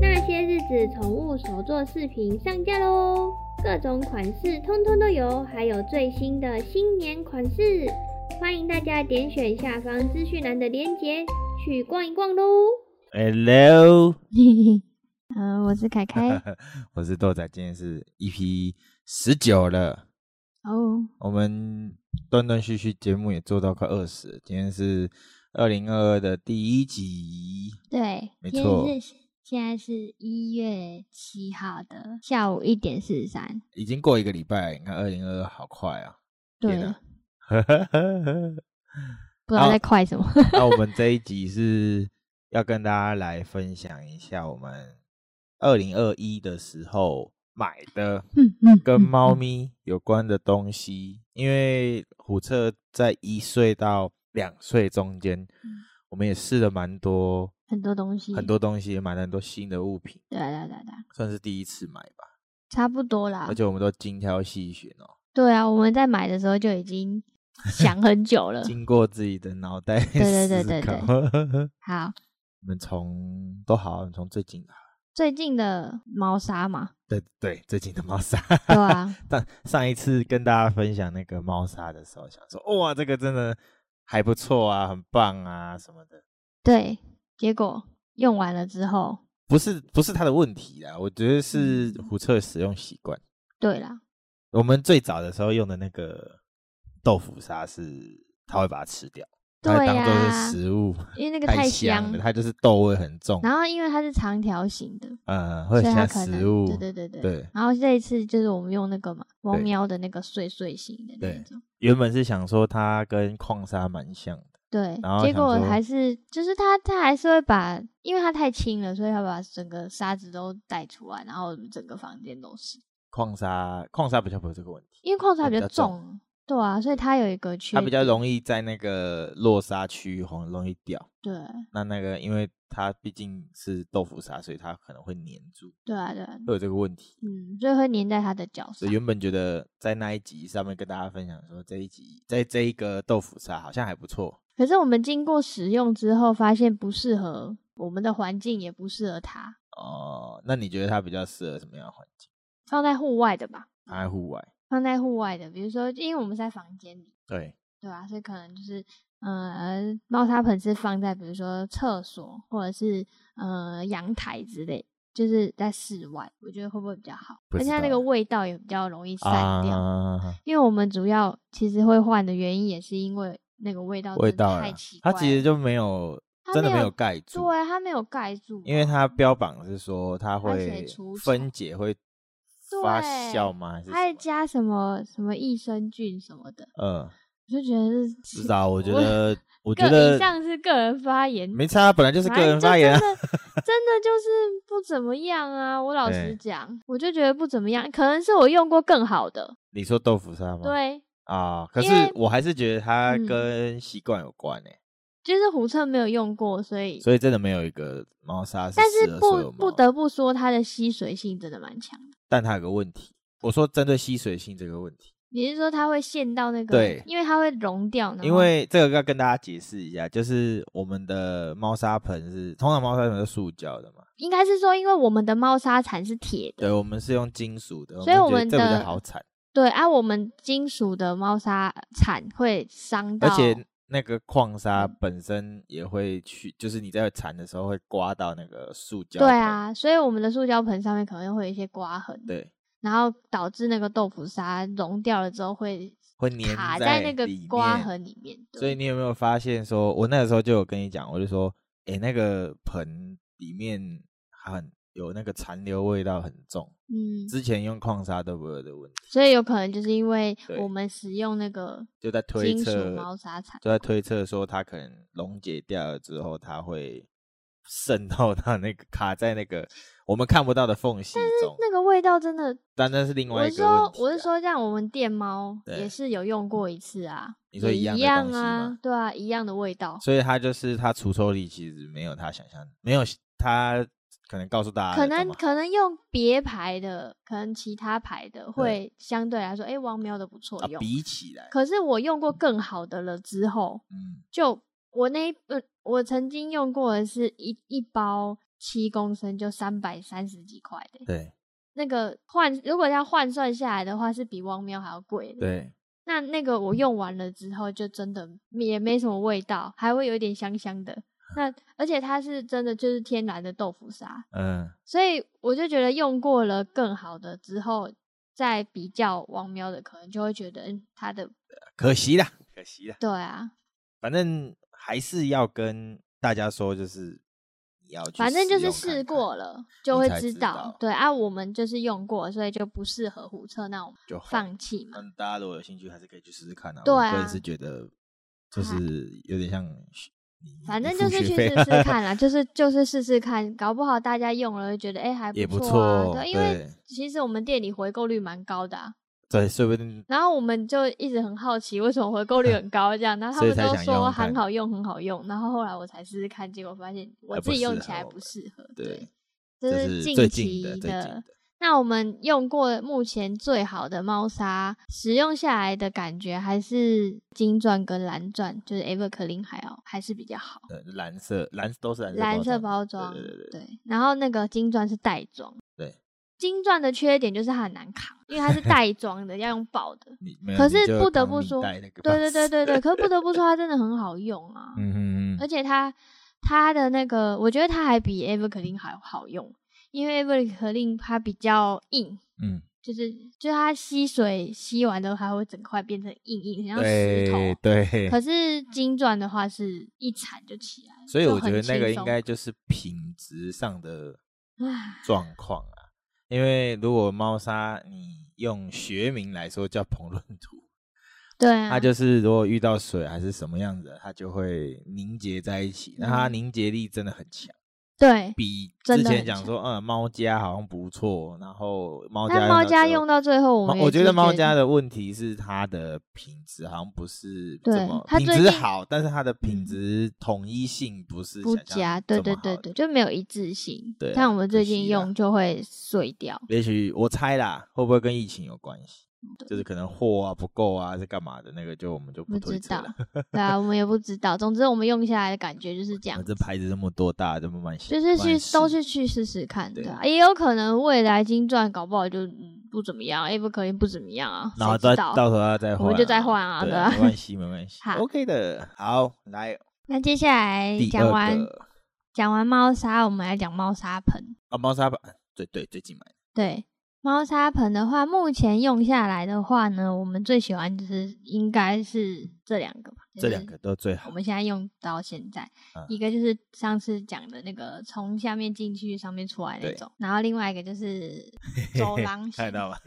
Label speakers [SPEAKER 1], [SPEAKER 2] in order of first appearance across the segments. [SPEAKER 1] 那些日子宠物手作视频上架喽，各种款式通通都有，还有最新的新年款式，欢迎大家点选下方资讯栏的链接去逛一逛喽。
[SPEAKER 2] Hello，
[SPEAKER 3] 嗯、我是凯 凯。
[SPEAKER 2] 我是豆仔，今天是 EP 十九了，
[SPEAKER 3] 哦，
[SPEAKER 2] 我们断断续续节目也做到快二十，今天是二零二二的第一集，
[SPEAKER 3] 对，
[SPEAKER 2] 没
[SPEAKER 3] 今
[SPEAKER 2] 错
[SPEAKER 3] 天是现在是一月七号的下午一点四十三。
[SPEAKER 2] 已经过一个礼拜，你看二零二二好快啊！
[SPEAKER 3] 对
[SPEAKER 2] 天，哪
[SPEAKER 3] 不知道
[SPEAKER 2] 好
[SPEAKER 3] 在快 什么。
[SPEAKER 2] 那我们这一集是要跟大家来分享一下我们二零二一的时候买的
[SPEAKER 3] 嗯嗯，
[SPEAKER 2] 跟
[SPEAKER 3] 嗯
[SPEAKER 2] 猫
[SPEAKER 3] 嗯
[SPEAKER 2] 咪有关的东西，因为虎彻在一岁到两岁中间，
[SPEAKER 3] 嗯
[SPEAKER 2] 我们也试了蛮多
[SPEAKER 3] 很多东西，
[SPEAKER 2] 很。多东西，也买了很多新的物品，
[SPEAKER 3] 对对对对，
[SPEAKER 2] 算是第一次买吧，
[SPEAKER 3] 差不多啦
[SPEAKER 2] 而。且我们都精挑细选哦，
[SPEAKER 3] 对啊，我们在买的时候就已经 想很久了。
[SPEAKER 2] 经过自己的脑袋 思考。
[SPEAKER 3] 呃对对对好，
[SPEAKER 2] 我们从都好，我们从最近啊，
[SPEAKER 3] 最近的猫砂 嘛，
[SPEAKER 2] 对对，最近的猫砂。
[SPEAKER 3] 对啊，
[SPEAKER 2] 但上一次跟大家分享那个猫砂的时候，想说哇，这个真的还不错啊，很棒啊什么的。
[SPEAKER 3] 对。结果用完了之后，
[SPEAKER 2] 不是不是他的问题啦，我觉得是
[SPEAKER 3] 嗯
[SPEAKER 2] 虎彻使用习惯。
[SPEAKER 3] 对啦，
[SPEAKER 2] 我们最早的时候用的那个豆腐砂是，他会把它吃掉，它
[SPEAKER 3] 对
[SPEAKER 2] 当做
[SPEAKER 3] 呀
[SPEAKER 2] 是食物，
[SPEAKER 3] 因为那个
[SPEAKER 2] 太
[SPEAKER 3] 香
[SPEAKER 2] 了，它就是豆味很重，
[SPEAKER 3] 然后因为它是长条形的，
[SPEAKER 2] 呃，会
[SPEAKER 3] 所以它
[SPEAKER 2] 像
[SPEAKER 3] 可能
[SPEAKER 2] 食物，
[SPEAKER 3] 对对对对。
[SPEAKER 2] 对
[SPEAKER 3] 然后这一次就是我们用那个嘛，猫
[SPEAKER 2] 对
[SPEAKER 3] 喵的那个碎碎型的那
[SPEAKER 2] 对
[SPEAKER 3] 种，
[SPEAKER 2] 原本是想说它跟矿砂蛮像的，
[SPEAKER 3] 对
[SPEAKER 2] 然后
[SPEAKER 3] 结
[SPEAKER 2] 想
[SPEAKER 3] 果
[SPEAKER 2] 说
[SPEAKER 3] 还是就是它它还是会把，因为它太轻了，所以它把整个沙子都带出来，然后我们整个房间都是，
[SPEAKER 2] 矿砂矿砂比较不会这个问题，
[SPEAKER 3] 因为矿
[SPEAKER 2] 它
[SPEAKER 3] 砂
[SPEAKER 2] 比
[SPEAKER 3] 比
[SPEAKER 2] 较
[SPEAKER 3] 较
[SPEAKER 2] 重
[SPEAKER 3] 重，对啊，所以它有一个缺
[SPEAKER 2] 它比较
[SPEAKER 3] 点
[SPEAKER 2] 容易在那个落沙区很容易掉。
[SPEAKER 3] 对
[SPEAKER 2] 那那个因为它毕竟是豆腐砂，所以它可能会粘住，
[SPEAKER 3] 对啊对啊，
[SPEAKER 2] 会有这个问题。
[SPEAKER 3] 嗯，所以会粘在它的脚
[SPEAKER 2] 所
[SPEAKER 3] 上
[SPEAKER 2] 以，原本觉得在那一集上面跟大家分享说，这一集在这一个豆腐沙好像还不错，
[SPEAKER 3] 可是我们经过使用之后，发现不适合我们的环境，也不适合它，
[SPEAKER 2] 哦、那你觉得它比较适合什么样的环境？
[SPEAKER 3] 放在户外的吧。
[SPEAKER 2] 它在户外，
[SPEAKER 3] 放在户外的，比如说，因为我们是在房间里，
[SPEAKER 2] 对，
[SPEAKER 3] 对吧、所以可能就是，呃，猫砂盆是放在比如说厕所或者是呃阳台之类，就是在室外，我觉得会不会比较好？
[SPEAKER 2] 不
[SPEAKER 3] 而且它
[SPEAKER 2] 知
[SPEAKER 3] 那
[SPEAKER 2] 道欸
[SPEAKER 3] 个味道也比较容易散掉，
[SPEAKER 2] 啊，
[SPEAKER 3] 因为我们主要其实会换的原因也是因为那个味道
[SPEAKER 2] 味
[SPEAKER 3] 真的
[SPEAKER 2] 道
[SPEAKER 3] 太
[SPEAKER 2] 啦
[SPEAKER 3] 奇，怪
[SPEAKER 2] 它
[SPEAKER 3] 了，
[SPEAKER 2] 其实就没有
[SPEAKER 3] 它
[SPEAKER 2] 真的没
[SPEAKER 3] 没有
[SPEAKER 2] 有盖住，
[SPEAKER 3] 对它没有盖住啊，
[SPEAKER 2] 因为它标榜是说它会
[SPEAKER 3] 写除草
[SPEAKER 2] 分解会发
[SPEAKER 3] 对
[SPEAKER 2] 酵吗？还是
[SPEAKER 3] 它还
[SPEAKER 2] 什么？
[SPEAKER 3] 加什么什么益生菌什么的，
[SPEAKER 2] 嗯，
[SPEAKER 3] 我就觉得
[SPEAKER 2] 不
[SPEAKER 3] 是
[SPEAKER 2] 知道，我觉
[SPEAKER 3] 我
[SPEAKER 2] 得我觉
[SPEAKER 3] 个以
[SPEAKER 2] 得
[SPEAKER 3] 上是个人发言，
[SPEAKER 2] 没差，本来就是个
[SPEAKER 3] 反正
[SPEAKER 2] 人
[SPEAKER 3] 就
[SPEAKER 2] 发言啊。
[SPEAKER 3] 真的真的就是不怎么样啊！我老
[SPEAKER 2] 对
[SPEAKER 3] 实讲，我就觉得不怎么样，可能是我用过更好的，
[SPEAKER 2] 你说豆腐沙吗？
[SPEAKER 3] 对，
[SPEAKER 2] 啊，可
[SPEAKER 3] 因
[SPEAKER 2] 是
[SPEAKER 3] 为
[SPEAKER 2] 我还是觉得它
[SPEAKER 3] 嗯
[SPEAKER 2] 跟习惯有关诶、
[SPEAKER 3] 就是胡彻没有用过，所以
[SPEAKER 2] 所以真的没有一个猫砂是
[SPEAKER 3] 但
[SPEAKER 2] 适
[SPEAKER 3] 是
[SPEAKER 2] 合所有
[SPEAKER 3] 不
[SPEAKER 2] 猫
[SPEAKER 3] 不
[SPEAKER 2] 的，
[SPEAKER 3] 得不说它的吸水性真的蛮强的。
[SPEAKER 2] 但它有个问题，我说针对吸水性这个问题，
[SPEAKER 3] 你是说它会陷到那个？
[SPEAKER 2] 对
[SPEAKER 3] 因为它会溶掉，然后
[SPEAKER 2] 因为这个要跟大家解释一下，就是我们的猫砂盆是通常猫砂盆是塑胶的嘛，
[SPEAKER 3] 应该是说，因为我们的猫砂铲是铁的，
[SPEAKER 2] 对，我们是用金属的，
[SPEAKER 3] 所以
[SPEAKER 2] 我
[SPEAKER 3] 我
[SPEAKER 2] 们
[SPEAKER 3] 们
[SPEAKER 2] 觉得这比较
[SPEAKER 3] 的
[SPEAKER 2] 好铲，
[SPEAKER 3] 对啊，我们金属的猫砂铲会伤到，
[SPEAKER 2] 而且那个矿砂
[SPEAKER 3] 嗯
[SPEAKER 2] 本身也会去，就是你在铲的时候会刮到那个塑胶，
[SPEAKER 3] 对，啊，所以我们的塑胶盆上面可能会有一些刮痕，
[SPEAKER 2] 对，
[SPEAKER 3] 然后导致那个豆腐砂溶掉了之后会
[SPEAKER 2] 会粘
[SPEAKER 3] 卡
[SPEAKER 2] 在
[SPEAKER 3] 那个
[SPEAKER 2] 里
[SPEAKER 3] 刮
[SPEAKER 2] 面
[SPEAKER 3] 痕里面。对
[SPEAKER 2] 所以你有没有发现说，我那个时候就有跟你讲，我就说，哎、那个盆里面很有那个残留味道很重，
[SPEAKER 3] 嗯，
[SPEAKER 2] 之前用矿砂都不会有的问题，
[SPEAKER 3] 所以有可能就是因为
[SPEAKER 2] 对
[SPEAKER 3] 我们使用那个
[SPEAKER 2] 就在推
[SPEAKER 3] 金属
[SPEAKER 2] 测，
[SPEAKER 3] 猫砂铲，
[SPEAKER 2] 就在推测说它可能溶解掉了之后，它会渗到它那个卡在那个我们看不到的缝隙中，
[SPEAKER 3] 那个味道真的，
[SPEAKER 2] 但那是另外
[SPEAKER 3] 我
[SPEAKER 2] 一
[SPEAKER 3] 是
[SPEAKER 2] 个
[SPEAKER 3] 说
[SPEAKER 2] 问题、啊。
[SPEAKER 3] 我是，说，像我们电猫
[SPEAKER 2] 对
[SPEAKER 3] 也是有用过一次啊，
[SPEAKER 2] 你说
[SPEAKER 3] 也
[SPEAKER 2] 一
[SPEAKER 3] 一
[SPEAKER 2] 样的东西吗
[SPEAKER 3] 啊，对啊，一样的味道，
[SPEAKER 2] 所以它就是它除臭力其实没有他想象，没有它可能告诉大家
[SPEAKER 3] 可
[SPEAKER 2] 的这
[SPEAKER 3] 能
[SPEAKER 2] 么好
[SPEAKER 3] 可能用别牌的，可能其他牌的会相对来说，哎，王喵的不错
[SPEAKER 2] 啊
[SPEAKER 3] 用，
[SPEAKER 2] 比起来，
[SPEAKER 3] 可是我用过更好的了之后，
[SPEAKER 2] 嗯，
[SPEAKER 3] 就我那一呃，我曾经用过的是一一包七公升就三百三十几块的、欸
[SPEAKER 2] 对
[SPEAKER 3] 那个换如果要换算下来的话，是比汪喵还要贵的。
[SPEAKER 2] 对，
[SPEAKER 3] 那那个我用完了之后，就真的也没什么味道，还会有一点香香的。那而且它是真的就是天然的豆腐砂，
[SPEAKER 2] 嗯，
[SPEAKER 3] 所以我就觉得用过了更好的之后，再比较王喵的，可能就会觉得嗯它的
[SPEAKER 2] 可惜啦，可惜啦，
[SPEAKER 3] 对啊，
[SPEAKER 2] 反正还是要跟大家说，就是你要去
[SPEAKER 3] 反正就是
[SPEAKER 2] 试用
[SPEAKER 3] 试
[SPEAKER 2] 看看
[SPEAKER 3] 过了就
[SPEAKER 2] 你
[SPEAKER 3] 会
[SPEAKER 2] 才
[SPEAKER 3] 知
[SPEAKER 2] 知道
[SPEAKER 3] 对啊，我们就是用过，所以就不适合胡测，那我们
[SPEAKER 2] 就好
[SPEAKER 3] 放弃嘛。
[SPEAKER 2] 嗯，大家如果有兴趣，还是可以去试试看啊。
[SPEAKER 3] 对
[SPEAKER 2] 我个人
[SPEAKER 3] 啊
[SPEAKER 2] 是觉得就是有点像学，你
[SPEAKER 3] 反
[SPEAKER 2] 你
[SPEAKER 3] 正
[SPEAKER 2] 付
[SPEAKER 3] 就是
[SPEAKER 2] 学
[SPEAKER 3] 去
[SPEAKER 2] 费
[SPEAKER 3] 试试看啦，就是就是试试看，搞不好大家用了会觉得哎、还
[SPEAKER 2] 也不
[SPEAKER 3] 错啊，
[SPEAKER 2] 错
[SPEAKER 3] 对，因为
[SPEAKER 2] 对
[SPEAKER 3] 其实我们店里回购率蛮高的、啊，
[SPEAKER 2] 对，说不定
[SPEAKER 3] 然后我们就一直很好奇为什么回 购率很高这样，然后他
[SPEAKER 2] 所以
[SPEAKER 3] 们
[SPEAKER 2] 才
[SPEAKER 3] 都
[SPEAKER 2] 想
[SPEAKER 3] 说
[SPEAKER 2] 用
[SPEAKER 3] 很
[SPEAKER 2] 看
[SPEAKER 3] 好用很好用，然后后来我才试试看，结果发现我
[SPEAKER 2] 还
[SPEAKER 3] 自
[SPEAKER 2] 不
[SPEAKER 3] 己
[SPEAKER 2] 适
[SPEAKER 3] 用
[SPEAKER 2] 合
[SPEAKER 3] 起来
[SPEAKER 2] 我
[SPEAKER 3] 不
[SPEAKER 2] 们
[SPEAKER 3] 适合，
[SPEAKER 2] 对，
[SPEAKER 3] 这
[SPEAKER 2] 这
[SPEAKER 3] 是
[SPEAKER 2] 最
[SPEAKER 3] 期
[SPEAKER 2] 近的最近的。
[SPEAKER 3] 那我们用过目前最好的猫砂，使用下来的感觉还是金钻跟蓝钻，就是 Everclean 还要还是比较好。
[SPEAKER 2] 呃，蓝色蓝都是蓝色
[SPEAKER 3] 蓝色包装，
[SPEAKER 2] 装的，对对对对，
[SPEAKER 3] 然后那个金钻是袋装，
[SPEAKER 2] 对。
[SPEAKER 3] 金钻的缺点就是它很难扛，因为 它是袋装的，要用爆的。
[SPEAKER 2] 你没有
[SPEAKER 3] 可
[SPEAKER 2] 你
[SPEAKER 3] 是
[SPEAKER 2] 就
[SPEAKER 3] 不得
[SPEAKER 2] 扛
[SPEAKER 3] 不
[SPEAKER 2] 米
[SPEAKER 3] 说，
[SPEAKER 2] 袋那个
[SPEAKER 3] 对
[SPEAKER 2] 吧
[SPEAKER 3] 对对对对，可是不得不说它真的很好用啊，
[SPEAKER 2] 嗯嗯
[SPEAKER 3] 而
[SPEAKER 2] 嗯，
[SPEAKER 3] 且它它的那个，我觉得它还比 Everclean 还好用，因为 Everclean 它比较硬，
[SPEAKER 2] 嗯，
[SPEAKER 3] 就是就是它吸水吸完之后，它会整块变成硬硬，很像石
[SPEAKER 2] 对
[SPEAKER 3] 头。啊
[SPEAKER 2] 对，
[SPEAKER 3] 可是金钻的话是一铲就起来，
[SPEAKER 2] 所以
[SPEAKER 3] 就
[SPEAKER 2] 我觉
[SPEAKER 3] 很
[SPEAKER 2] 得那
[SPEAKER 3] 轻
[SPEAKER 2] 个应
[SPEAKER 3] 松
[SPEAKER 2] 该就是品质上的
[SPEAKER 3] 唉
[SPEAKER 2] 状况啊，因为如果猫砂你用学名来说叫膨润 土，
[SPEAKER 3] 对啊，
[SPEAKER 2] 它就是如果遇到水还是什么样子的，它就会凝结在一起，那它
[SPEAKER 3] 嗯
[SPEAKER 2] 凝结力真的很强，
[SPEAKER 3] 对。
[SPEAKER 2] 比
[SPEAKER 3] 真
[SPEAKER 2] 之
[SPEAKER 3] 的
[SPEAKER 2] 前
[SPEAKER 3] 很
[SPEAKER 2] 讲
[SPEAKER 3] 强
[SPEAKER 2] 说嗯猫家好像不错，然后猫家
[SPEAKER 3] 但猫家
[SPEAKER 2] 最后
[SPEAKER 3] 用到最后，我
[SPEAKER 2] 猫
[SPEAKER 3] 们
[SPEAKER 2] 我
[SPEAKER 3] 也
[SPEAKER 2] 觉
[SPEAKER 3] 是
[SPEAKER 2] 得猫家的问题是它的品质好像不是这
[SPEAKER 3] 对
[SPEAKER 2] 么
[SPEAKER 3] 它
[SPEAKER 2] 品
[SPEAKER 3] 最
[SPEAKER 2] 质
[SPEAKER 3] 近
[SPEAKER 2] 好，但是它的品
[SPEAKER 3] 嗯
[SPEAKER 2] 质统一性不是
[SPEAKER 3] 不
[SPEAKER 2] 想象
[SPEAKER 3] 佳，
[SPEAKER 2] 这
[SPEAKER 3] 对对
[SPEAKER 2] 么
[SPEAKER 3] 对
[SPEAKER 2] 好
[SPEAKER 3] 对，
[SPEAKER 2] 的。
[SPEAKER 3] 就没有一致性。
[SPEAKER 2] 对啊
[SPEAKER 3] 像我们
[SPEAKER 2] 可
[SPEAKER 3] 最近
[SPEAKER 2] 惜啦
[SPEAKER 3] 用就会碎掉。
[SPEAKER 2] 也许我猜啦，会不会跟疫情有关系？就是可能货啊不够啊，是干嘛的？那个就我们就
[SPEAKER 3] 不
[SPEAKER 2] 推
[SPEAKER 3] 知
[SPEAKER 2] 测
[SPEAKER 3] 道
[SPEAKER 2] 了。，
[SPEAKER 3] 对啊，我们也不知道。总之，我们用下来的感觉就是这样
[SPEAKER 2] 反正
[SPEAKER 3] 子，
[SPEAKER 2] 牌子这么多，大家就慢慢想，
[SPEAKER 3] 就是
[SPEAKER 2] 慢慢
[SPEAKER 3] 去都是
[SPEAKER 2] 试
[SPEAKER 3] 去试试看
[SPEAKER 2] 对
[SPEAKER 3] 的、啊，也有可能未来金钻搞不好就、嗯不怎么样，A 不可以不怎么样啊，
[SPEAKER 2] 然后
[SPEAKER 3] 谁
[SPEAKER 2] 再
[SPEAKER 3] 知道
[SPEAKER 2] 到时候要再
[SPEAKER 3] 我
[SPEAKER 2] 换啊，
[SPEAKER 3] 们就再换啊
[SPEAKER 2] 对
[SPEAKER 3] 对啊
[SPEAKER 2] 没关系，没关系
[SPEAKER 3] 好
[SPEAKER 2] ，OK 的。好，来
[SPEAKER 3] 那接下来
[SPEAKER 2] 第
[SPEAKER 3] 讲
[SPEAKER 2] 二
[SPEAKER 3] 完
[SPEAKER 2] 个
[SPEAKER 3] 讲完猫砂，我们来讲猫砂盆。
[SPEAKER 2] 啊，猫砂板，对对，最近买的，
[SPEAKER 3] 对，猫砂盆的话，目前用下来的话呢，我们最喜欢就是应该是这两个吧，
[SPEAKER 2] 这两个。都最好
[SPEAKER 3] 我。们现在用到现在，
[SPEAKER 2] 嗯
[SPEAKER 3] 一个就是上次讲的那个从下面进去上面出来那
[SPEAKER 2] 对
[SPEAKER 3] 种，然后另外一个 就是走廊
[SPEAKER 2] 看
[SPEAKER 3] 型
[SPEAKER 2] 得，到吧？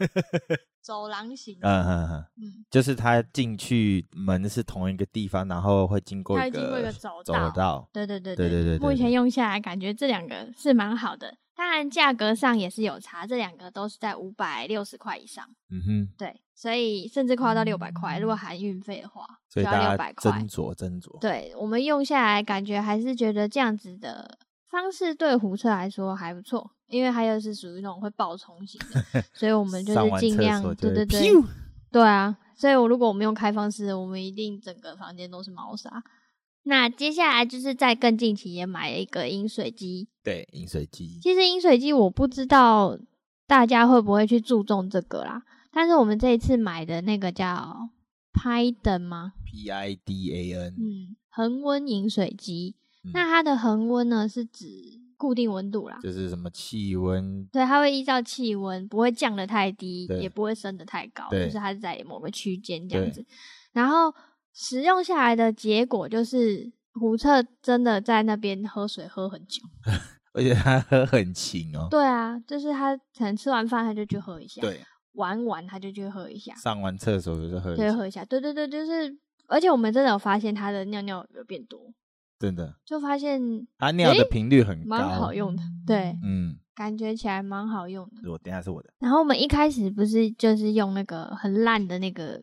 [SPEAKER 3] 走廊型，
[SPEAKER 2] 嗯嗯嗯，
[SPEAKER 3] 嗯
[SPEAKER 2] 就是它进去门是同一个地方，然后会经过
[SPEAKER 3] 它
[SPEAKER 2] 一
[SPEAKER 3] 会经过一
[SPEAKER 2] 个
[SPEAKER 3] 个走道
[SPEAKER 2] 走道，
[SPEAKER 3] 对对对
[SPEAKER 2] 对对对对
[SPEAKER 3] 目前
[SPEAKER 2] 对
[SPEAKER 3] 用下来感觉这两个是蛮好的，当然价格上也是有差，这两个都是在五百六十块以上，
[SPEAKER 2] 嗯哼，
[SPEAKER 3] 对，所以甚至快要到六百块，如果含运费的话，就
[SPEAKER 2] 所以
[SPEAKER 3] 要
[SPEAKER 2] 大
[SPEAKER 3] 六
[SPEAKER 2] 家
[SPEAKER 3] 百块
[SPEAKER 2] 斟。酌斟酌。
[SPEAKER 3] 对我们用下来，感觉还是觉得这样子的方式对胡车来说还不错，因为它又是属于那种会爆冲型 的，所以我们就
[SPEAKER 2] 上
[SPEAKER 3] 是
[SPEAKER 2] 完
[SPEAKER 3] 尽
[SPEAKER 2] 厕
[SPEAKER 3] 量
[SPEAKER 2] 所，
[SPEAKER 3] 对
[SPEAKER 2] 就
[SPEAKER 3] 对
[SPEAKER 2] 会
[SPEAKER 3] 对，
[SPEAKER 2] 咻
[SPEAKER 3] 对啊，所以我如果我们用开放式的，我们一定整个房间都是猫砂。那接下来就是在更近期也买了一个饮水机，
[SPEAKER 2] 对，饮水机，
[SPEAKER 3] 其实饮水机我不知道大家会不会去注重这个啦，但是我们这一次买的那个叫 Python 吗？
[SPEAKER 2] P I D A N，
[SPEAKER 3] 嗯，恒温饮水机。
[SPEAKER 2] 嗯
[SPEAKER 3] 那它的恒温呢，是指固定温度啦，
[SPEAKER 2] 就是什么气温，
[SPEAKER 3] 对，它会依照气温，不会降得太低，
[SPEAKER 2] 对
[SPEAKER 3] 也不会升得太高，就
[SPEAKER 2] 对
[SPEAKER 3] 是它是在某个区间这样
[SPEAKER 2] 对
[SPEAKER 3] 子。然后使用下来的结果就是，胡彻真的在那边喝水喝很久。
[SPEAKER 2] 哦而且它喝很勤哦。
[SPEAKER 3] 对啊，就是他可能吃完饭他就去喝一下，，
[SPEAKER 2] 对，
[SPEAKER 3] 玩完他就去喝一下，
[SPEAKER 2] 上完厕所就是喝一
[SPEAKER 3] 对，
[SPEAKER 2] 下，
[SPEAKER 3] 喝一下，对对对，就是，而且我们真的有发现他的尿尿有变多，
[SPEAKER 2] 真的，
[SPEAKER 3] 就发现
[SPEAKER 2] 它尿的
[SPEAKER 3] 诶
[SPEAKER 2] 频率很
[SPEAKER 3] 蛮
[SPEAKER 2] 高啊
[SPEAKER 3] 好。用的，对，
[SPEAKER 2] 嗯，
[SPEAKER 3] 感觉起来蛮好用的。
[SPEAKER 2] 我等一下是我的，
[SPEAKER 3] 然后我们一开始不是就是用那个很烂的那个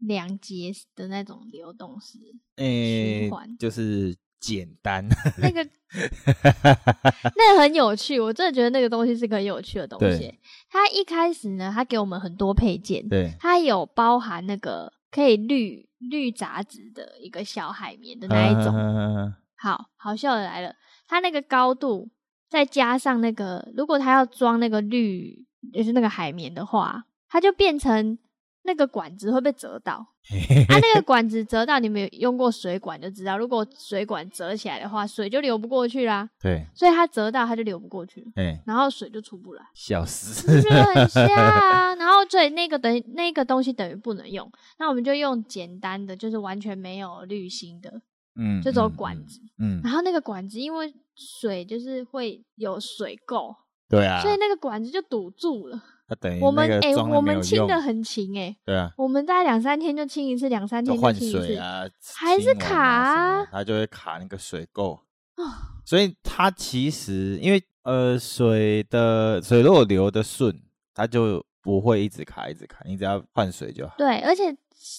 [SPEAKER 3] 两节的那种流动式，
[SPEAKER 2] 诶
[SPEAKER 3] 环，
[SPEAKER 2] 就是简单，
[SPEAKER 3] 那个那个很有趣，我真的觉得那个东西是个很有趣的东西
[SPEAKER 2] 对。
[SPEAKER 3] 它一开始呢，它给我们很多配件，
[SPEAKER 2] 对，
[SPEAKER 3] 它有包含那个可以滤滤杂质的一
[SPEAKER 2] 嗯
[SPEAKER 3] 个小海绵的那一种。
[SPEAKER 2] 种
[SPEAKER 3] 好好笑的来了，它那个高度再加上那个，如果它要装那个滤，就是那个海绵的话，它就变成那个管子会被折到。 它、那个管子折到，你们有用过水管就知道，如果水管折起来的话，水就流不过去啦。
[SPEAKER 2] 对，
[SPEAKER 3] 所以它折到，它就流不过去，
[SPEAKER 2] 哎、
[SPEAKER 3] 然后水就出不来。
[SPEAKER 2] 笑
[SPEAKER 3] 就
[SPEAKER 2] 死
[SPEAKER 3] 觉，得很像啊。然后所以那个等于那个东西等于不能用，那我们就用简单的，就是完全没有滤芯的，
[SPEAKER 2] 嗯，
[SPEAKER 3] 就走
[SPEAKER 2] 嗯
[SPEAKER 3] 管，子。
[SPEAKER 2] 嗯，嗯
[SPEAKER 3] 然后那个管子因为水就是会有水垢，
[SPEAKER 2] 对啊，
[SPEAKER 3] 所以那个管子就堵住了。
[SPEAKER 2] 它等于
[SPEAKER 3] 我们
[SPEAKER 2] 那个
[SPEAKER 3] 哎、
[SPEAKER 2] 装了
[SPEAKER 3] 我
[SPEAKER 2] 没
[SPEAKER 3] 们
[SPEAKER 2] 有
[SPEAKER 3] 清
[SPEAKER 2] 用
[SPEAKER 3] 的很勤哎、
[SPEAKER 2] 对啊，
[SPEAKER 3] 我们大概两三天就清一次，两三
[SPEAKER 2] 就
[SPEAKER 3] 天就
[SPEAKER 2] 换
[SPEAKER 3] 清一次
[SPEAKER 2] 水。啊，
[SPEAKER 3] 还是
[SPEAKER 2] 亲吻啊
[SPEAKER 3] 卡
[SPEAKER 2] 什么
[SPEAKER 3] 啊哦
[SPEAKER 2] 它就会卡那个水垢。所以它其实因为呃水的水如果流的顺，它就不会一直卡一直卡，你只要换水就好。
[SPEAKER 3] 对，而且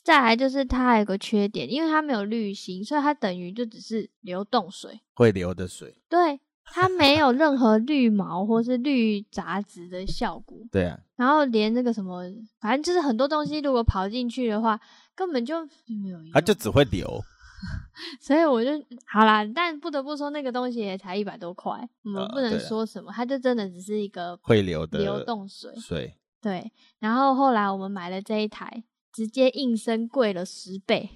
[SPEAKER 3] 再来就是它还有个缺点，因为它没有滤芯，所以它等于就只是流动水。
[SPEAKER 2] 会流的水，
[SPEAKER 3] 对，它没有任何滤毛或是滤杂质的效果，
[SPEAKER 2] 对啊，
[SPEAKER 3] 然后连那个什么，反正就是很多东西如果跑进去的话，根本就没有用。
[SPEAKER 2] 它就只会流。
[SPEAKER 3] 所以我就好啦，但不得不说那个东西也才一百多块，我们
[SPEAKER 2] 呃
[SPEAKER 3] 不能
[SPEAKER 2] 对啊
[SPEAKER 3] 说什么，它就真的只是一个
[SPEAKER 2] 会流的
[SPEAKER 3] 流动水。
[SPEAKER 2] 水，
[SPEAKER 3] 对，然后后来我们买了这一台，直接应声贵了十 倍，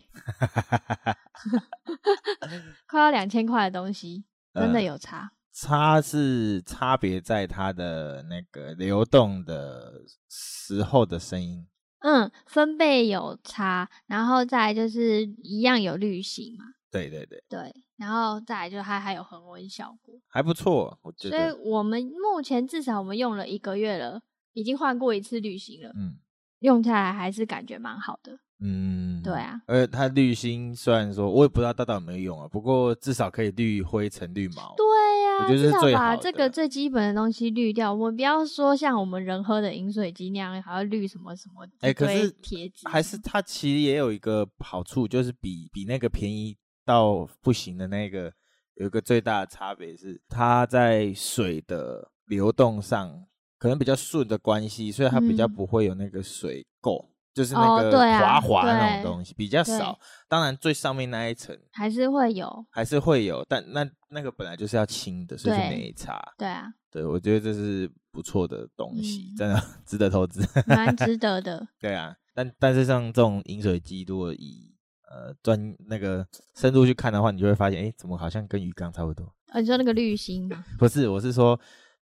[SPEAKER 3] 快要两千块的东西，真的
[SPEAKER 2] 呃
[SPEAKER 3] 有差。
[SPEAKER 2] 差是差别在它的那个流动的时候的声音。
[SPEAKER 3] 嗯，分贝有差，然后再来就是一样有滤芯嘛，
[SPEAKER 2] 对对对，
[SPEAKER 3] 对，然后再来就它还有恒温效果，
[SPEAKER 2] 还不错，我觉
[SPEAKER 3] 所以
[SPEAKER 2] 得。
[SPEAKER 3] 我们目前至少我们用了一个月了，已经换过一次滤芯了，
[SPEAKER 2] 嗯
[SPEAKER 3] 用下来还是感觉蛮好的。
[SPEAKER 2] 嗯，
[SPEAKER 3] 对啊。
[SPEAKER 2] 而且它滤芯虽然说我也不知道它到底有没有用啊，不过至少可以滤灰尘、滤毛。
[SPEAKER 3] 对呀、
[SPEAKER 2] 我觉得
[SPEAKER 3] 至
[SPEAKER 2] 是
[SPEAKER 3] 少
[SPEAKER 2] 最
[SPEAKER 3] 把
[SPEAKER 2] 好
[SPEAKER 3] 这
[SPEAKER 2] 的
[SPEAKER 3] 个
[SPEAKER 2] 了
[SPEAKER 3] 最基本的东西滤掉。我们不要说像我们人喝的饮水机那样，还要滤什么什么
[SPEAKER 2] 哎、
[SPEAKER 3] 一
[SPEAKER 2] 可
[SPEAKER 3] 堆
[SPEAKER 2] 是
[SPEAKER 3] 贴纸，
[SPEAKER 2] 还是它其实也有一个好处，就是比比那个便宜到不行的那个有一个最大的差别是，它在水的流动上可能比较顺的关系，所以它比较
[SPEAKER 3] 嗯
[SPEAKER 2] 不会有那个水垢，就是
[SPEAKER 3] 哦
[SPEAKER 2] 那个
[SPEAKER 3] 对啊
[SPEAKER 2] 滑滑那
[SPEAKER 3] 对
[SPEAKER 2] 种东西、比较
[SPEAKER 3] 对
[SPEAKER 2] 少。当然最上面那一层
[SPEAKER 3] 还是会有。
[SPEAKER 2] 还是会有，但那那个本来就是要清的，所以就
[SPEAKER 3] 对
[SPEAKER 2] 没差。
[SPEAKER 3] 对啊，
[SPEAKER 2] 对，我觉得这是不错的东西，
[SPEAKER 3] 嗯
[SPEAKER 2] 真的 值得投资。
[SPEAKER 3] 蛮值得的。
[SPEAKER 2] 对啊，但但是像这种饮水机，如果以呃专那个深入去看的话，你就会发现，哎，怎么好像跟鱼缸差不多？
[SPEAKER 3] 呃、你说那个滤芯嘛，
[SPEAKER 2] 不是，我是说，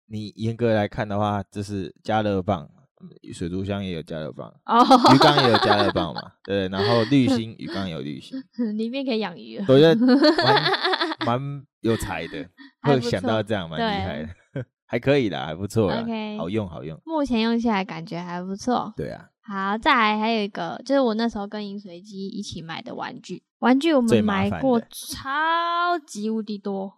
[SPEAKER 2] 你严格来看的话，就是加热棒，嗯水族箱也有加热棒，
[SPEAKER 3] 哦，
[SPEAKER 2] 鱼缸也有加热棒嘛，对。然后滤芯，鱼缸也有滤芯，
[SPEAKER 3] 里面可以养鱼了。
[SPEAKER 2] 我觉得蛮蛮有才的，
[SPEAKER 3] 还
[SPEAKER 2] 会
[SPEAKER 3] 不
[SPEAKER 2] 想
[SPEAKER 3] 错
[SPEAKER 2] 到这样，蛮厉害的， 还可以啦，还不错啦
[SPEAKER 3] OK
[SPEAKER 2] 好用好用。
[SPEAKER 3] 目前用下来感觉还不错。
[SPEAKER 2] 对啊，
[SPEAKER 3] 好，再来还有一个就是我那时候跟饮水机一起买的玩具，玩具我
[SPEAKER 2] 最
[SPEAKER 3] 们
[SPEAKER 2] 麻
[SPEAKER 3] 买
[SPEAKER 2] 烦的
[SPEAKER 3] 过超级无敌 多，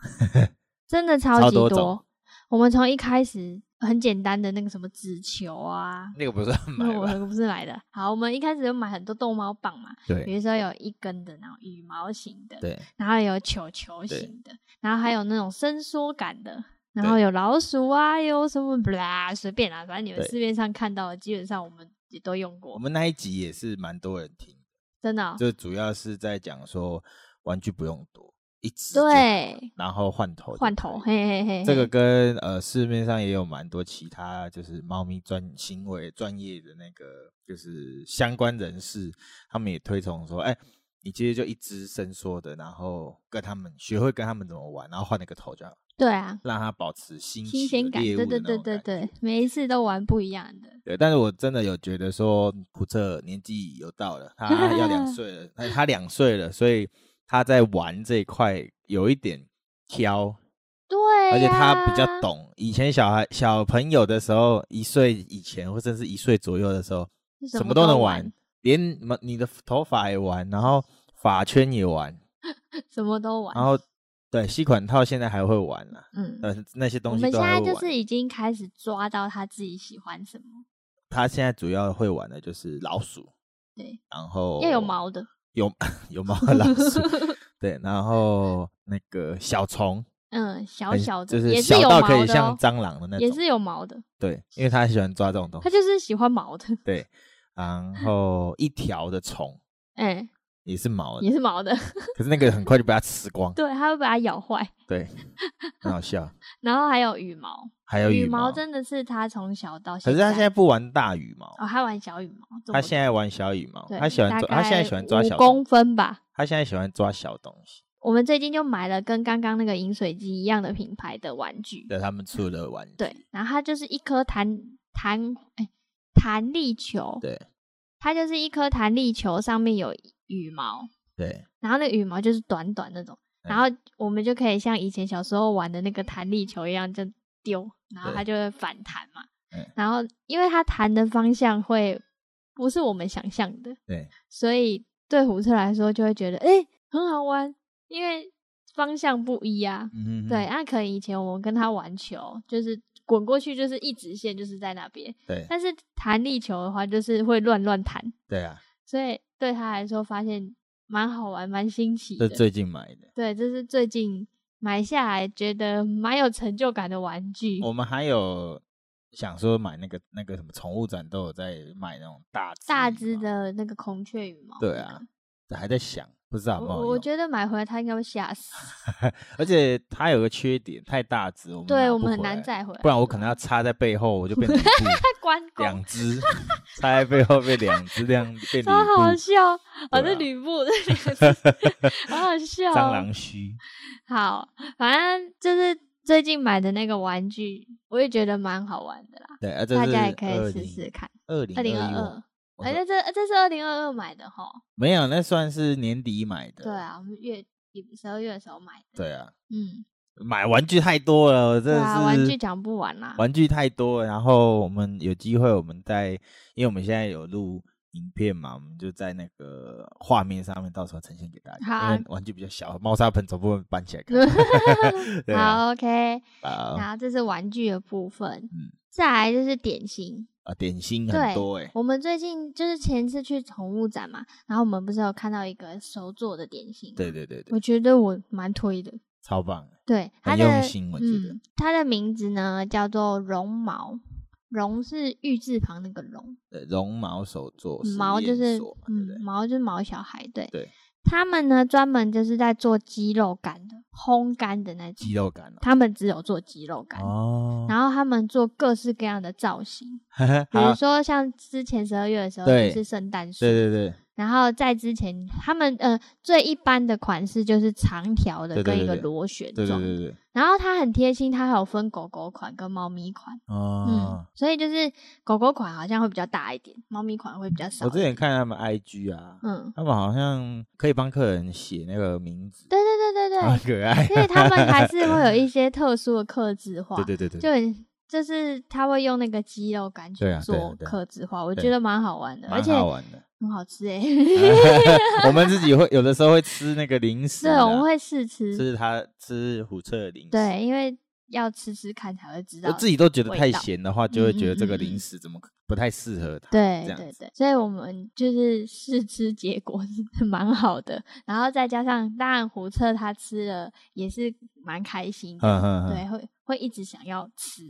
[SPEAKER 3] 真的超
[SPEAKER 2] 超
[SPEAKER 3] 级
[SPEAKER 2] 多种
[SPEAKER 3] 我们从一开始很简单的那个什么纸球啊，
[SPEAKER 2] 那个不算买
[SPEAKER 3] 那我
[SPEAKER 2] 吧？
[SPEAKER 3] 不是买的。好，我们一开始就买很多逗猫棒嘛，比
[SPEAKER 2] 对
[SPEAKER 3] 如说有一根的那种羽毛型的，
[SPEAKER 2] 对，
[SPEAKER 3] 然后有球球
[SPEAKER 2] 对
[SPEAKER 3] 型的，然后还有那种伸缩感的，然
[SPEAKER 2] 对
[SPEAKER 3] 后有老鼠啊，有什么啦，随便啦，反正你们
[SPEAKER 2] 对
[SPEAKER 3] 市面上看到的，基本上我们也都用
[SPEAKER 2] 我
[SPEAKER 3] 过，
[SPEAKER 2] 们那一集也是蛮多人听。
[SPEAKER 3] 真的哦、
[SPEAKER 2] 这主要是在讲说玩具不用多，一只就好，
[SPEAKER 3] 对，
[SPEAKER 2] 然后换头就
[SPEAKER 3] 换
[SPEAKER 2] 可
[SPEAKER 3] 头，
[SPEAKER 2] 以。
[SPEAKER 3] 嘿嘿嘿，
[SPEAKER 2] 这个
[SPEAKER 3] 嘿
[SPEAKER 2] 跟呃市面上也有蛮多其他就是猫咪专行为专业的那个就是相关人士，他们也推崇说，哎，你其实就一只伸缩的，然后跟他们学会跟他们怎么玩，然后换了个头就好，
[SPEAKER 3] 对啊，
[SPEAKER 2] 让它保持新
[SPEAKER 3] 新
[SPEAKER 2] 奇
[SPEAKER 3] 鲜
[SPEAKER 2] 的
[SPEAKER 3] 感，
[SPEAKER 2] 猎
[SPEAKER 3] 对
[SPEAKER 2] 物
[SPEAKER 3] 对
[SPEAKER 2] 的那
[SPEAKER 3] 对
[SPEAKER 2] 种
[SPEAKER 3] 对
[SPEAKER 2] 感觉
[SPEAKER 3] 对，每一次都玩不一样的，
[SPEAKER 2] 对，但是我真的有觉得说，普彻年纪有到了，他 要两岁了，他他两岁了，所以他在玩这一块有一点挑，
[SPEAKER 3] 对、啊
[SPEAKER 2] 而且他比较。懂。以前小孩小朋友的时候，一岁以前或甚至一岁左右的时候，
[SPEAKER 3] 什
[SPEAKER 2] 什
[SPEAKER 3] 么
[SPEAKER 2] 么都
[SPEAKER 3] 都
[SPEAKER 2] 能
[SPEAKER 3] 玩
[SPEAKER 2] 玩，连什么你的头发也玩，然后发圈也玩，
[SPEAKER 3] 什么都玩
[SPEAKER 2] 然，后对吸管套现在还会玩了、
[SPEAKER 3] 嗯，
[SPEAKER 2] 呃，那些
[SPEAKER 3] 我
[SPEAKER 2] 东西
[SPEAKER 3] 们
[SPEAKER 2] 都
[SPEAKER 3] 现
[SPEAKER 2] 还
[SPEAKER 3] 在
[SPEAKER 2] 会
[SPEAKER 3] 就
[SPEAKER 2] 玩。
[SPEAKER 3] 是已经开始抓到他自己喜欢什么，
[SPEAKER 2] 他现在主要会玩的就是老鼠，
[SPEAKER 3] 对，
[SPEAKER 2] 然后
[SPEAKER 3] 要有毛的，
[SPEAKER 2] 有 有猫和老鼠，对，然后那个小虫，
[SPEAKER 3] 嗯，小
[SPEAKER 2] 很
[SPEAKER 3] 小的，
[SPEAKER 2] 就是
[SPEAKER 3] 也
[SPEAKER 2] 小
[SPEAKER 3] 有
[SPEAKER 2] 到
[SPEAKER 3] 毛
[SPEAKER 2] 可以
[SPEAKER 3] 的
[SPEAKER 2] 像
[SPEAKER 3] 哦，
[SPEAKER 2] 蟑螂的那
[SPEAKER 3] 也
[SPEAKER 2] 种，哦
[SPEAKER 3] 是有毛的，
[SPEAKER 2] 对，因为它喜欢抓这种东
[SPEAKER 3] 他
[SPEAKER 2] 西，
[SPEAKER 3] 就是喜欢毛的，
[SPEAKER 2] 对，然后一条的虫，
[SPEAKER 3] 哎、
[SPEAKER 2] 也是毛的
[SPEAKER 3] 也，是毛的，
[SPEAKER 2] 可是那个很快就被它吃光，
[SPEAKER 3] 对，它会把它咬坏。
[SPEAKER 2] 对，很好笑。
[SPEAKER 3] 然后还有羽毛，
[SPEAKER 2] 还有
[SPEAKER 3] 羽
[SPEAKER 2] 毛，
[SPEAKER 3] 真的是它从小到
[SPEAKER 2] 可
[SPEAKER 3] 现
[SPEAKER 2] 是他现在不玩大羽毛，
[SPEAKER 3] 哦，它玩小羽毛，这
[SPEAKER 2] 他
[SPEAKER 3] 我
[SPEAKER 2] 现在玩小羽毛，
[SPEAKER 3] 对
[SPEAKER 2] 他喜欢抓，
[SPEAKER 3] 大
[SPEAKER 2] 他现在
[SPEAKER 3] 概
[SPEAKER 2] 喜欢抓
[SPEAKER 3] 5
[SPEAKER 2] 小
[SPEAKER 3] 公
[SPEAKER 2] 东，
[SPEAKER 3] 分吧。
[SPEAKER 2] 他现在喜欢抓小东西。
[SPEAKER 3] 我们最近就买了跟刚刚那个饮水机一样的品牌的玩具，
[SPEAKER 2] 对，他们出了玩具，
[SPEAKER 3] 对，然后它就是一颗弹弹哎弹力球，
[SPEAKER 2] 对
[SPEAKER 3] 它就是一颗弹力球，上面有羽毛，
[SPEAKER 2] 对
[SPEAKER 3] 然后那个羽毛就是短短那种，然后我们就可以像以前小时候玩的那个弹力球一样，就丢，然后它就会反弹嘛
[SPEAKER 2] 嗯。
[SPEAKER 3] 然后因为它弹的方向会不是我们想象的，
[SPEAKER 2] 对
[SPEAKER 3] 所以对虎彻来说就会觉得诶很好玩，因为方向不一啊。
[SPEAKER 2] 嗯
[SPEAKER 3] 对，那可能以前我们跟他玩球，就是滚过去就是一直线，就是在那边。
[SPEAKER 2] 对
[SPEAKER 3] 但是弹力球的话，就是会乱乱弹，
[SPEAKER 2] 对啊，
[SPEAKER 3] 所以对他来说发现蛮好玩、蛮新奇
[SPEAKER 2] 这
[SPEAKER 3] 的。
[SPEAKER 2] 最近买的。
[SPEAKER 3] 对，这是最近买下来觉得蛮有成就感的玩具。
[SPEAKER 2] 我们还有想说买那个那个什么宠物展都有在买那种大只
[SPEAKER 3] 大
[SPEAKER 2] 羽
[SPEAKER 3] 只
[SPEAKER 2] 毛，
[SPEAKER 3] 的那个孔雀羽毛，
[SPEAKER 2] 对啊，还在想，不知道有没有
[SPEAKER 3] 我我
[SPEAKER 2] 用
[SPEAKER 3] 觉得买回来它应该会吓 死，
[SPEAKER 2] 而且它有个缺点，太大只，我们
[SPEAKER 3] 对
[SPEAKER 2] 拿
[SPEAKER 3] 我
[SPEAKER 2] 不
[SPEAKER 3] 们很
[SPEAKER 2] 回
[SPEAKER 3] 难
[SPEAKER 2] 来
[SPEAKER 3] 载回来
[SPEAKER 2] 不然我可能要插在背后，我就变 成一部
[SPEAKER 3] 关公
[SPEAKER 2] 两只，插在背后变两只，这样变
[SPEAKER 3] 超好
[SPEAKER 2] 吕布
[SPEAKER 3] 笑，
[SPEAKER 2] 对
[SPEAKER 3] 哦，这
[SPEAKER 2] 啊
[SPEAKER 3] 吕布，这两个 字好好笑哦，
[SPEAKER 2] 蟑螂须，
[SPEAKER 3] 好，反正就是最近买的那个玩具，我也觉得蛮好玩的啦，
[SPEAKER 2] 对，啊，这
[SPEAKER 3] 大
[SPEAKER 2] 是
[SPEAKER 3] 家也可以试试看。
[SPEAKER 2] 二零
[SPEAKER 3] 二零
[SPEAKER 2] 一
[SPEAKER 3] 二二，
[SPEAKER 2] 我
[SPEAKER 3] 哎，那
[SPEAKER 2] 说
[SPEAKER 3] 这这是二零二二买的哈，
[SPEAKER 2] 没有，那算是年底买的。
[SPEAKER 3] 对，啊，我们月底十二月的时候买的，
[SPEAKER 2] 对啊，
[SPEAKER 3] 嗯，
[SPEAKER 2] 买玩具太多了，我真
[SPEAKER 3] 对
[SPEAKER 2] 的
[SPEAKER 3] 啊，
[SPEAKER 2] 是
[SPEAKER 3] 玩具讲不完啊啦，
[SPEAKER 2] 玩具太多了。然后我们有机会，我们在，因为我们现在有录影片嘛，我们就在那个画面上面到时候呈现给大
[SPEAKER 3] 好
[SPEAKER 2] 家。
[SPEAKER 3] 啊
[SPEAKER 2] 因为玩具比较小，猫砂盆总不能搬 起来看。对啊，
[SPEAKER 3] 好，OK，
[SPEAKER 2] 好
[SPEAKER 3] 然后这是玩具的部分
[SPEAKER 2] 嗯，
[SPEAKER 3] 再来就是点心，
[SPEAKER 2] 啊，点心
[SPEAKER 3] 对
[SPEAKER 2] 很多哎、
[SPEAKER 3] 我们最近就是前次去宠物展嘛，然后我们不是有看到一个手做的点心，
[SPEAKER 2] 对，对对对，
[SPEAKER 3] 我觉得我蛮推的，
[SPEAKER 2] 超棒的，
[SPEAKER 3] 对，它
[SPEAKER 2] 很
[SPEAKER 3] 的
[SPEAKER 2] 用心，我觉得。
[SPEAKER 3] 嗯，它的名字呢叫做绒毛，绒是玉字旁那个绒，
[SPEAKER 2] 对绒毛手作，
[SPEAKER 3] 毛
[SPEAKER 2] 实
[SPEAKER 3] 就
[SPEAKER 2] 验
[SPEAKER 3] 是
[SPEAKER 2] 所嘛对不
[SPEAKER 3] 嗯
[SPEAKER 2] 对？
[SPEAKER 3] 毛就是毛小孩，对
[SPEAKER 2] 对。
[SPEAKER 3] 他们呢专门就是在做鸡肉干的，烘干的那种
[SPEAKER 2] 肌，肉感啊
[SPEAKER 3] 他们只有做鸡肉干。
[SPEAKER 2] 哦。
[SPEAKER 3] 然后他们做各式各样的造型，
[SPEAKER 2] 哦，
[SPEAKER 3] 比如
[SPEAKER 2] 好，
[SPEAKER 3] 说像之前十二月的时候就
[SPEAKER 2] 对
[SPEAKER 3] 是圣诞树，
[SPEAKER 2] 对对对，
[SPEAKER 3] 然后在之前他们呃最一般的款式就是长条的
[SPEAKER 2] 对对
[SPEAKER 3] 跟一
[SPEAKER 2] 对
[SPEAKER 3] 个
[SPEAKER 2] 对
[SPEAKER 3] 螺旋
[SPEAKER 2] 对对
[SPEAKER 3] 状的，
[SPEAKER 2] 对对，
[SPEAKER 3] 然后它很贴心，它还有分狗狗款跟猫咪款，嗯
[SPEAKER 2] 哦，，
[SPEAKER 3] 所以就是狗狗款好像会比较大一点，猫咪款会比较少
[SPEAKER 2] 我
[SPEAKER 3] 一
[SPEAKER 2] 之
[SPEAKER 3] 点。
[SPEAKER 2] 前看他们 IG 啊，
[SPEAKER 3] 嗯，
[SPEAKER 2] 他们好像可以帮客人写那个名字，
[SPEAKER 3] 对对对对
[SPEAKER 2] 好
[SPEAKER 3] 对，
[SPEAKER 2] 可爱，
[SPEAKER 3] 因为他们还是会有一些特殊的刻字化，
[SPEAKER 2] 对对对对，
[SPEAKER 3] 就很就是他会用那个肌肉感去
[SPEAKER 2] 对啊对啊
[SPEAKER 3] 做
[SPEAKER 2] 对啊
[SPEAKER 3] 刻字化，我
[SPEAKER 2] 对
[SPEAKER 3] 觉得蛮好玩的，而
[SPEAKER 2] 蛮
[SPEAKER 3] 且
[SPEAKER 2] 好玩 的。啊
[SPEAKER 3] 很好吃哎、
[SPEAKER 2] 我们自己会有的时候会吃那个零食
[SPEAKER 3] 对，
[SPEAKER 2] 啊，
[SPEAKER 3] 我们会试吃，
[SPEAKER 2] 吃它吃虎彻的零食。，
[SPEAKER 3] 对，因为要吃吃看才会知道
[SPEAKER 2] 我自己都觉得
[SPEAKER 3] 味
[SPEAKER 2] 太
[SPEAKER 3] 道
[SPEAKER 2] 咸的话，就会觉得这
[SPEAKER 3] 嗯
[SPEAKER 2] 个
[SPEAKER 3] 嗯嗯
[SPEAKER 2] 零食怎么可不太适合它。
[SPEAKER 3] 对
[SPEAKER 2] 这样
[SPEAKER 3] 对
[SPEAKER 2] 子
[SPEAKER 3] 对，所以我们就是试吃结果是 蛮好的，然后再加上当然胡彻他吃了也是蛮开心的，
[SPEAKER 2] 嗯嗯嗯
[SPEAKER 3] 对，会会一直想要吃，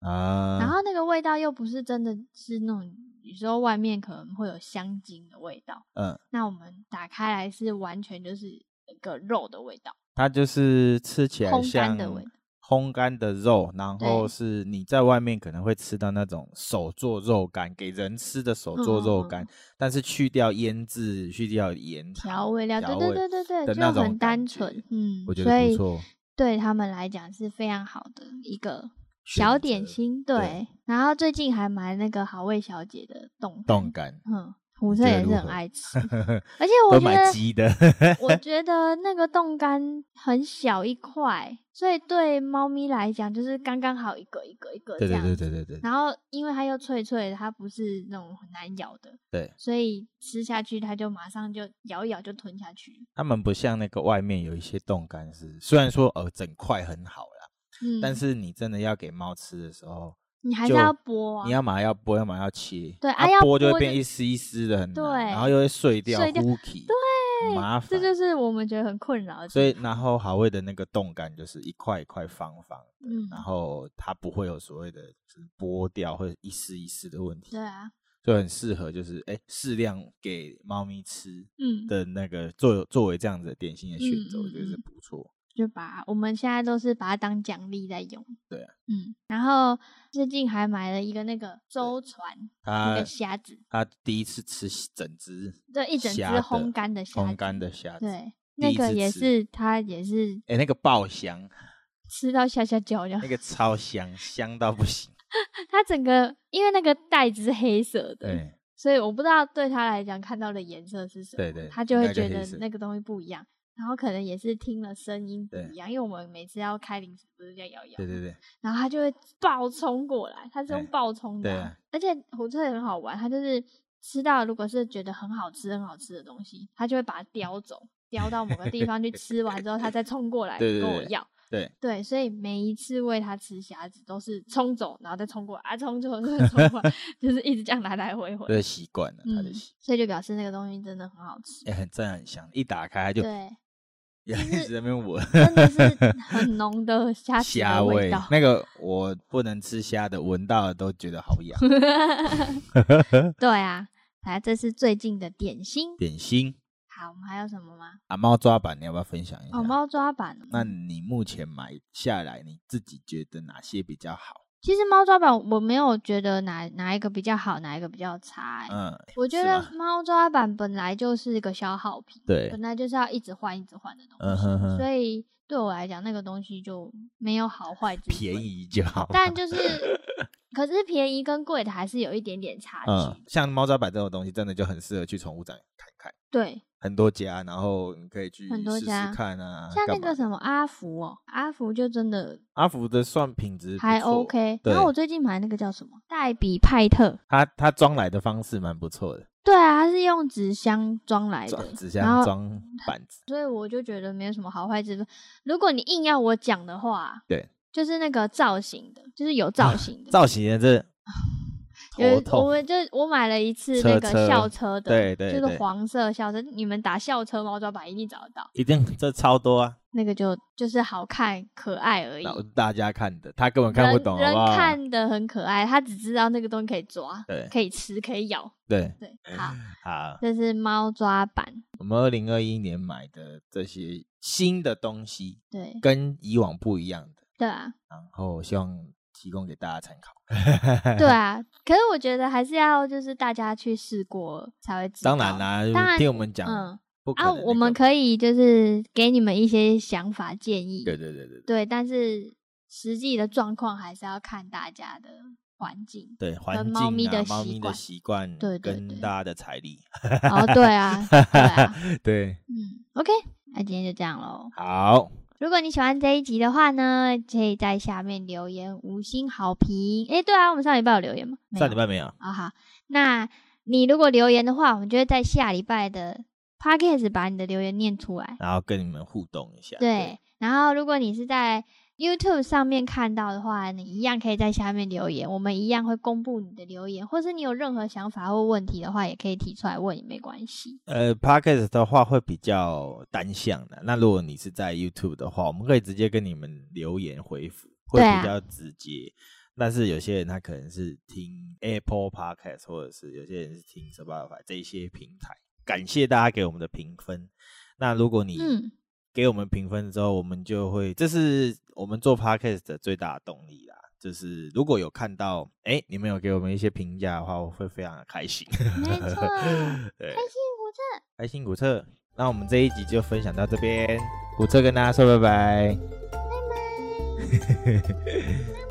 [SPEAKER 2] 啊，
[SPEAKER 3] 然后那个味道又不是真的是那种有时候外面可能会有香精的味道，
[SPEAKER 2] 嗯，
[SPEAKER 3] 那我们打开来是完全就是一个肉的味道，
[SPEAKER 2] 它就是吃起来
[SPEAKER 3] 烘干
[SPEAKER 2] 像
[SPEAKER 3] 的味道
[SPEAKER 2] 烘干的肉，然后
[SPEAKER 3] 对
[SPEAKER 2] 是你在外面可能会吃到那种手做肉干，给人吃的手做
[SPEAKER 3] 嗯嗯
[SPEAKER 2] 肉
[SPEAKER 3] 嗯
[SPEAKER 2] 干，但是去掉腌制，去掉盐糖
[SPEAKER 3] 调味料，对
[SPEAKER 2] 调
[SPEAKER 3] 对
[SPEAKER 2] 味
[SPEAKER 3] 对对对，
[SPEAKER 2] 的
[SPEAKER 3] 就
[SPEAKER 2] 那种
[SPEAKER 3] 很
[SPEAKER 2] 感
[SPEAKER 3] 单
[SPEAKER 2] 觉
[SPEAKER 3] 纯，嗯，
[SPEAKER 2] 我觉
[SPEAKER 3] 所
[SPEAKER 2] 得不
[SPEAKER 3] 以
[SPEAKER 2] 错。
[SPEAKER 3] 对他们来讲是非常好的一个
[SPEAKER 2] 选
[SPEAKER 3] 小点
[SPEAKER 2] 择
[SPEAKER 3] 心。
[SPEAKER 2] 对
[SPEAKER 3] 对，然后最近还买那个好味小姐的冻
[SPEAKER 2] 冻，干，
[SPEAKER 3] 嗯，虎
[SPEAKER 2] 你
[SPEAKER 3] 彻
[SPEAKER 2] 觉得
[SPEAKER 3] 也是
[SPEAKER 2] 如
[SPEAKER 3] 很
[SPEAKER 2] 何
[SPEAKER 3] 爱吃， 而且嗯我
[SPEAKER 2] 都
[SPEAKER 3] 觉
[SPEAKER 2] 买
[SPEAKER 3] 得，
[SPEAKER 2] 鸡的，
[SPEAKER 3] 我觉得那个冻干很小一块，所以对猫咪来讲就是刚刚好一个一个一个这
[SPEAKER 2] 对对
[SPEAKER 3] 样
[SPEAKER 2] 对
[SPEAKER 3] 子。
[SPEAKER 2] 对对对
[SPEAKER 3] 然后因为它又脆脆的，它不是那种很难咬的，
[SPEAKER 2] 对，
[SPEAKER 3] 所以吃下去它就马上就咬一咬就吞下去了。
[SPEAKER 2] 他们不像那个外面有一些冻干是，虽然说呃整块很好啦，
[SPEAKER 3] 嗯，
[SPEAKER 2] 但是你真的要给猫吃的时候，
[SPEAKER 3] 你还是
[SPEAKER 2] 就
[SPEAKER 3] 要剥啊，
[SPEAKER 2] 你要嘛要剥，要嘛要切，
[SPEAKER 3] 对
[SPEAKER 2] 它
[SPEAKER 3] 啊要
[SPEAKER 2] 剥就
[SPEAKER 3] 剥
[SPEAKER 2] 会变
[SPEAKER 3] 就
[SPEAKER 2] 一丝一丝的很难，
[SPEAKER 3] 对
[SPEAKER 2] 然后又会碎掉，
[SPEAKER 3] 碎掉
[SPEAKER 2] 糊起，
[SPEAKER 3] 对
[SPEAKER 2] 很麻烦。
[SPEAKER 3] 这就是我们觉得很困扰的地
[SPEAKER 2] 所
[SPEAKER 3] 方。
[SPEAKER 2] 以，然后好味的那个冻干就是一块一块方方的，
[SPEAKER 3] 嗯，
[SPEAKER 2] 然后它不会有所谓的就是剥掉或者一丝一丝的问题
[SPEAKER 3] 对。啊，
[SPEAKER 2] 就很适合就是哎适量给猫咪吃
[SPEAKER 3] 嗯，
[SPEAKER 2] 的那个作作为这样子的点心的选
[SPEAKER 3] 嗯
[SPEAKER 2] 择，
[SPEAKER 3] 嗯
[SPEAKER 2] 我觉得是
[SPEAKER 3] 嗯
[SPEAKER 2] 不错。
[SPEAKER 3] 就把我们现在都是把它当奖励在用。
[SPEAKER 2] 对啊，
[SPEAKER 3] 嗯，然后最近还买了一个那个舟船，一
[SPEAKER 2] 它
[SPEAKER 3] 个虾子，
[SPEAKER 2] 它第一次吃整只
[SPEAKER 3] 对，一整只
[SPEAKER 2] 虾的
[SPEAKER 3] 烘干的虾子，
[SPEAKER 2] 烘干的虾子，
[SPEAKER 3] 对，
[SPEAKER 2] 第
[SPEAKER 3] 那
[SPEAKER 2] 一
[SPEAKER 3] 个
[SPEAKER 2] 次
[SPEAKER 3] 也
[SPEAKER 2] 吃
[SPEAKER 3] 是它也是
[SPEAKER 2] 哎、那个爆香，
[SPEAKER 3] 吃到下下脚这样
[SPEAKER 2] 那。个超香，香到不行。
[SPEAKER 3] 它整个因为那个袋子是黑色的，
[SPEAKER 2] 对
[SPEAKER 3] 所以我不知道对它来讲看到的颜色是什么，
[SPEAKER 2] 对对，
[SPEAKER 3] 它就
[SPEAKER 2] 应
[SPEAKER 3] 会
[SPEAKER 2] 该
[SPEAKER 3] 觉
[SPEAKER 2] 黑
[SPEAKER 3] 得
[SPEAKER 2] 色
[SPEAKER 3] 那个东西不一样。然后可能也是听了声音不
[SPEAKER 2] 对
[SPEAKER 3] 一样，因为我们每次要开零食不是要摇摇，
[SPEAKER 2] 对对对，
[SPEAKER 3] 然后它就会暴冲过来，它是用
[SPEAKER 2] 哎
[SPEAKER 3] 暴冲的
[SPEAKER 2] 对
[SPEAKER 3] 啊、
[SPEAKER 2] 啊
[SPEAKER 3] 而且火车也很好玩，它就是吃到如果是觉得很好吃、很好吃的东西，它就会把它叼走，叼到某个地方去吃完之后，它再冲过来
[SPEAKER 2] 对对
[SPEAKER 3] 跟我
[SPEAKER 2] 对
[SPEAKER 3] 要。
[SPEAKER 2] 对
[SPEAKER 3] 对，所以每一次喂它吃虾子都是冲走，然后再冲过来，啊，冲走， 再冲过来，就是一直这样来来回
[SPEAKER 2] 这
[SPEAKER 3] 回。
[SPEAKER 2] 是习惯了，它的
[SPEAKER 3] 嗯
[SPEAKER 2] 习，
[SPEAKER 3] 所以就表示那个东西真的很好吃。
[SPEAKER 2] 哎、很真的很香，一打开它就
[SPEAKER 3] 对，
[SPEAKER 2] 也
[SPEAKER 3] 就是
[SPEAKER 2] 一直在那边闻
[SPEAKER 3] 真的是很浓的虾子
[SPEAKER 2] 虾
[SPEAKER 3] 的味
[SPEAKER 2] 味
[SPEAKER 3] 道。，
[SPEAKER 2] 那个我不能吃虾的，闻到了都觉得好 痒。
[SPEAKER 3] 对啊，来，这是最近的点心。
[SPEAKER 2] 点心
[SPEAKER 3] 好，我们还有什么吗？
[SPEAKER 2] 啊，猫抓板，你要不要分享一下？
[SPEAKER 3] 哦，猫抓板。
[SPEAKER 2] 那你目前买下来，你自己觉得哪些比较好？
[SPEAKER 3] 其实猫抓板我没有觉得哪哪一个比较好，哪一个比较差、欸。
[SPEAKER 2] 嗯，
[SPEAKER 3] 我觉
[SPEAKER 2] 是
[SPEAKER 3] 得
[SPEAKER 2] 吗
[SPEAKER 3] 猫抓板本来就是一个消耗品，
[SPEAKER 2] 对
[SPEAKER 3] 本，来就是要一直换、一直换的东西。
[SPEAKER 2] 嗯哼哼，
[SPEAKER 3] 所以对我来讲，那个东西就没有好坏之分
[SPEAKER 2] 便，宜就好。
[SPEAKER 3] 但就是， 可是便宜跟贵的还是有一点点差距。
[SPEAKER 2] 嗯，像猫抓板这种东西，真的就很适合去宠物展看看，
[SPEAKER 3] 对，
[SPEAKER 2] 很多家，然后你可以去
[SPEAKER 3] 很多
[SPEAKER 2] 试试
[SPEAKER 3] 家
[SPEAKER 2] 看啊。
[SPEAKER 3] 像那
[SPEAKER 2] 干嘛
[SPEAKER 3] 个
[SPEAKER 2] 的
[SPEAKER 3] 什么阿福哦，阿福就真的
[SPEAKER 2] 阿福的算品质不
[SPEAKER 3] 还
[SPEAKER 2] 错
[SPEAKER 3] OK。
[SPEAKER 2] 对
[SPEAKER 3] 然后我最近买那个叫什么黛比派特，
[SPEAKER 2] 它它装来的方式蛮不错的，
[SPEAKER 3] 对啊，它是用纸箱装来的
[SPEAKER 2] 装，纸
[SPEAKER 3] 然
[SPEAKER 2] 箱
[SPEAKER 3] 后嗯
[SPEAKER 2] 装板子，
[SPEAKER 3] 所以我就觉得没有什么好坏之分。如果你硬要我讲的话，
[SPEAKER 2] 对，
[SPEAKER 3] 就是那个造型的，就是有 造型的。
[SPEAKER 2] 造型的这
[SPEAKER 3] 有
[SPEAKER 2] 头
[SPEAKER 3] 我
[SPEAKER 2] 痛。
[SPEAKER 3] 们就我买了一次
[SPEAKER 2] 车
[SPEAKER 3] 那个
[SPEAKER 2] 车
[SPEAKER 3] 校车的，
[SPEAKER 2] 对对
[SPEAKER 3] 就是
[SPEAKER 2] 对
[SPEAKER 3] 黄色校车，你们打校车猫抓板一定找得到，
[SPEAKER 2] 一 定这超多啊！
[SPEAKER 3] 那个就就是好看可爱而已。
[SPEAKER 2] 老大家看的，他根本看不懂，
[SPEAKER 3] 人
[SPEAKER 2] 好不好
[SPEAKER 3] 人？看的很可爱，他只知道那个东西可以抓，
[SPEAKER 2] 对嗯
[SPEAKER 3] 可以吃，可以咬，
[SPEAKER 2] 对，
[SPEAKER 3] 对，好，
[SPEAKER 2] 好，
[SPEAKER 3] 这是猫抓板，
[SPEAKER 2] 我们二零二一年买的这些新的东西，
[SPEAKER 3] 对
[SPEAKER 2] 跟以往不一样的，
[SPEAKER 3] 对啊，
[SPEAKER 2] 然后希望提供给大家参考。
[SPEAKER 3] 对啊。可是我觉得还是要就是大家去试过才会知道。
[SPEAKER 2] 当然啦、
[SPEAKER 3] 当然
[SPEAKER 2] 听我们讲，
[SPEAKER 3] 嗯
[SPEAKER 2] 不可
[SPEAKER 3] 啊，
[SPEAKER 2] 能那个
[SPEAKER 3] 我们可以就是给你们一些想法建议，
[SPEAKER 2] 对对对对对。
[SPEAKER 3] 对，但是实际的状况还是要看大家的环境
[SPEAKER 2] 对，环境
[SPEAKER 3] 猫
[SPEAKER 2] 啊，
[SPEAKER 3] 咪的
[SPEAKER 2] 猫
[SPEAKER 3] 习
[SPEAKER 2] 咪的
[SPEAKER 3] 惯
[SPEAKER 2] 习惯，
[SPEAKER 3] 对对对
[SPEAKER 2] 跟大家的财力，
[SPEAKER 3] 哦，对啊，对啊，
[SPEAKER 2] 对，
[SPEAKER 3] 嗯，OK，那今天就这样喽。
[SPEAKER 2] 好，
[SPEAKER 3] 如果你喜欢这一集的话呢，可以在下面留言五星好评。诶，对啊，我们上礼拜有留言吗？没
[SPEAKER 2] 上
[SPEAKER 3] 有
[SPEAKER 2] 礼拜没有，
[SPEAKER 3] 啊、好，那你如果留言的话，我们就会在下礼拜的 podcast 把你的留言念出来。
[SPEAKER 2] 然后跟你们互动一下，
[SPEAKER 3] 对，然后如果你是在 YouTube 上面看到的话，你一样可以在下面留言，我们一样会公布你的留言，或是你有任何想法或问题的话，也可以提出来问，也没关系。
[SPEAKER 2] 呃 p o d c a s t 的话会比较单向的。那如果你是在 YouTube 的话，我们可以直接跟你们留言回复，会
[SPEAKER 3] 对啊
[SPEAKER 2] 比较直接。但是有些人他可能是听 Apple Podcast，或者是有些人是听 Spotify 这一些平台。感谢大家给我们的评分。那如果你
[SPEAKER 3] 嗯
[SPEAKER 2] 给我们评分之后，我们就会，这是我们做 podcast 的最大的动力啦。就是如果有看到，哎、你们有给我们一些评价的话，我会非常的开心。
[SPEAKER 3] 没 错
[SPEAKER 2] 对
[SPEAKER 3] 开，心果真。
[SPEAKER 2] 开心古特。那我们这一集就分享到这边，古特跟大家说拜拜。拜拜。